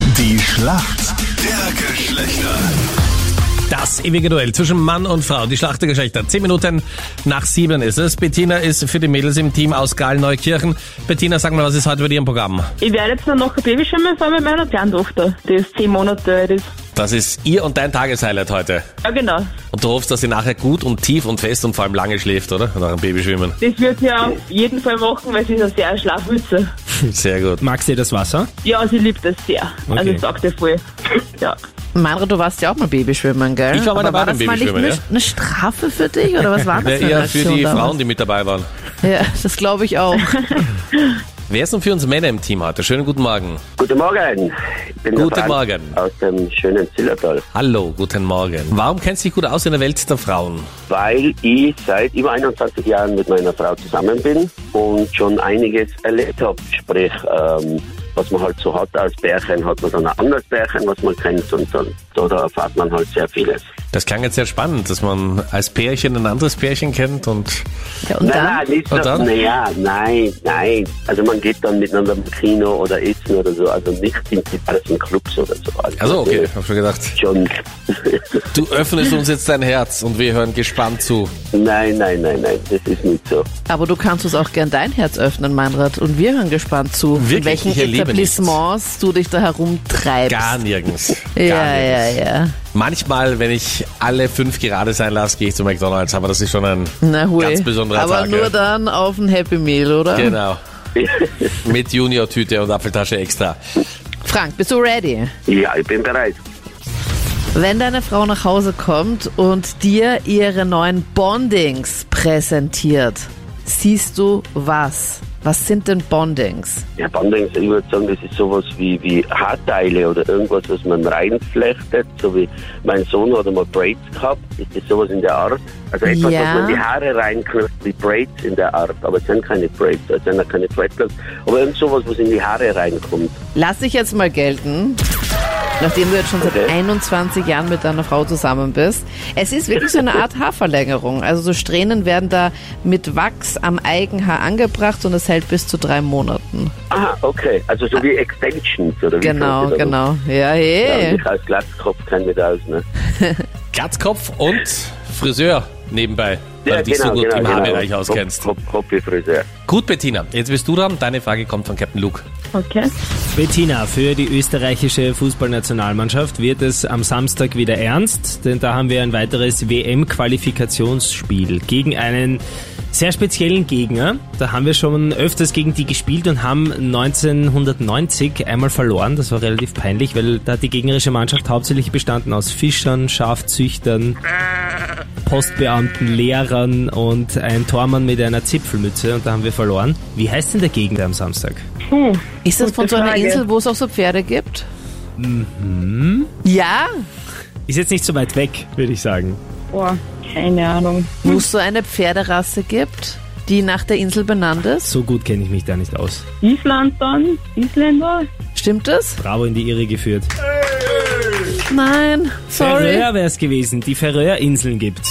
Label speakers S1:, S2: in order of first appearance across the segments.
S1: Die Schlacht der Geschlechter.
S2: Das ewige Duell zwischen Mann und Frau, die Schlacht der Geschlechter. Zehn Minuten nach sieben ist es. Bettina ist für die Mädels im Team aus Gaal-Neukirchen. Bettina, sag mal, was ist heute bei dir im Programm?
S3: Ich werde jetzt dann noch ein Babyschirm fahren mit meiner kleinen Tochter, die ist zehn Monate alt ist.
S2: Das ist ihr und dein Tageshighlight heute.
S3: Ja genau,
S2: Und du hoffst, dass sie nachher gut und tief und fest und vor allem lange schläft, oder? Nach dem Babyschwimmen.
S3: das wird sie auf jeden Fall machen, weil sie ist eine sehr Schlafmütze.
S2: Sehr gut.
S4: Magst du das Wasser?
S3: Ja, sie liebt das sehr. Also
S4: Okay.
S3: ich sag dir voll. Ja.
S5: Mara, du warst ja auch mal Babyschwimmen, gell?
S2: Ich war mal
S5: Aber
S2: dabei
S5: war
S2: beim
S5: das mal nicht
S2: Babyschwimmen,
S5: eine, eine Strafe für dich oder was war
S2: Wäre
S5: das für eine
S2: eher für
S5: Aktion
S2: die
S5: damals?
S2: Frauen, die mit dabei waren.
S5: Ja, das glaube ich auch.
S2: Wer ist denn für uns Männer im Team heute? Schönen guten Morgen.
S6: Guten Morgen. Ich bin der
S2: Guten
S6: Franz
S2: Morgen.
S6: Aus dem schönen Zillertal.
S2: Hallo, guten Morgen. Warum kennst du dich gut aus in der Welt der Frauen?
S6: Weil ich seit über 21 Jahren mit meiner Frau zusammen bin und schon einiges erlebt habe. Sprich, ähm, was man halt so hat als Bärchen, hat man dann ein anderes Bärchen, was man kennt. Und dann, da erfahrt man halt sehr vieles.
S2: Das klang jetzt sehr spannend, dass man als Pärchen ein anderes Pärchen kennt und
S5: Ja, und
S6: Nein,
S5: dann?
S6: nein, nicht
S2: Und
S6: noch,
S2: dann?
S6: naja, nein, nein. Also man geht dann miteinander im Kino oder essen oder so. Also nicht in diversen Clubs oder so. Also,
S2: Also okay, hab schon gedacht.
S6: Schon.
S2: Du öffnest uns jetzt dein Herz und wir hören gespannt zu.
S6: nein, nein, nein, nein. Das ist nicht so.
S5: Aber du kannst uns auch gern dein Herz öffnen, Meinrad. Und wir hören gespannt zu, in
S2: Wirklich,
S5: welchen
S2: ich erlebe
S5: Etablissements du dich da herumtreibst.
S2: Gar nirgends. Gar
S5: ja, ja,
S2: nirgends.
S5: ja.
S2: Manchmal, wenn ich alle fünf gerade sein lasse, gehe ich zu McDonalds, aber das ist schon ein
S5: Na hui.
S2: ganz besonderer
S5: Aber
S2: Tag.
S5: nur
S2: ja.
S5: dann auf ein Happy Meal, oder?
S2: Genau. Mit Junior-Tüte und Apfeltasche extra.
S5: Frank, bist du ready?
S6: Ja, ich bin bereit.
S5: Wenn deine Frau nach Hause kommt und dir ihre neuen Bondings präsentiert, siehst du was? Was sind denn Bondings?
S6: Ja, Bandings, ich würde sagen, das ist sowas wie, wie Haarteile oder irgendwas, was man reinflechtet, so wie mein Sohn hat einmal Braids gehabt, ist das sowas in der Art? Also etwas,
S5: Ja.
S6: was man in die Haare reinknüpft, wie Braids in der Art, aber es sind keine Braids, es sind auch keine Dreadlocks, aber irgend sowas, was in die Haare reinkommt.
S5: Lass dich jetzt mal gelten. Nachdem du jetzt schon seit
S6: Okay.
S5: 21 Jahren mit deiner Frau zusammen bist. Es ist wirklich so eine Art Haarverlängerung. Also so Strähnen werden da mit Wachs am Eigenhaar angebracht und es hält bis zu drei Monaten.
S6: Ah, okay, also so wie Extensions oder wie
S5: Genau,
S6: so, oder
S5: genau. Ja,
S6: So. Ja,
S5: hey.
S6: und ich als Glatzkopf kann mit aus, ne?
S2: Glatzkopf und Friseur nebenbei, weil du dich
S6: genau,
S2: so gut im Haarbereich auskennst.
S6: Hop, hop, Hobbyfriseur.
S2: Gut, Bettina, jetzt bist du dran. Deine Frage kommt von Captain Luke.
S3: Okay.
S4: Bettina, für die österreichische Fußballnationalmannschaft wird es am Samstag wieder ernst, denn da haben wir ein weiteres WM-Qualifikationsspiel gegen einen sehr speziellen Gegner. Da haben wir schon öfters gegen die gespielt und haben 1990 einmal verloren. Das war relativ peinlich, weil da hat die gegnerische Mannschaft hauptsächlich bestanden aus Fischern, Schafzüchtern, Postbeamten, Lehrern und ein Tormann mit einer Zipfelmütze und da haben wir verloren. Wie heißt denn der Gegner am Samstag?
S3: Puh.
S5: Ist das von
S3: Gute
S5: so einer
S3: Frage.
S5: Insel, wo es auch so Pferde gibt?
S6: Mhm.
S5: Ja,
S4: Ist jetzt nicht so weit weg, würde ich sagen.
S3: Boah, keine Ahnung.
S5: wo es so eine Pferderasse gibt, die nach der Insel benannt ist.
S4: So gut kenne ich mich da nicht aus.
S3: Island dann? Isländer?
S5: Stimmt das?
S4: Bravo in die Irre geführt.
S5: Nein, sorry.
S4: Färöer wäre es gewesen. Die Färöer-Inseln gibt's.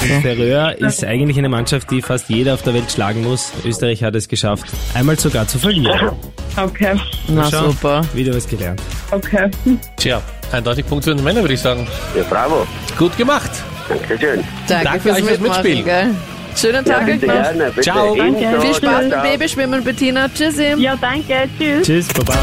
S4: Und Färöer ist eigentlich eine Mannschaft, die fast jeder auf der Welt schlagen muss. Österreich hat es geschafft, einmal sogar zu verlieren.
S3: Okay,
S5: Na
S4: Schau,
S5: super.
S4: Wieder was gelernt.
S3: okay.
S2: Tja, eindeutig Punkt für den Männer, würde ich sagen.
S6: Ja, bravo.
S2: Gut gemacht.
S6: Dankeschön.
S5: Danke,
S2: Danke
S5: fürs
S2: euch fürs
S5: Mitmachen,
S2: Mitspielen.
S5: gell? Schönen Tag euch
S6: Bitte
S5: noch.
S6: gerne, bitte.
S2: Ciao.
S6: Ebenso.
S3: Danke.
S5: Viel Spaß
S6: Ciao,
S5: beim
S6: ciao.
S5: Babyschwimmen, Bettina. Tschüssi.
S3: Ja, danke, tschüss.
S4: Tschüss, Baba.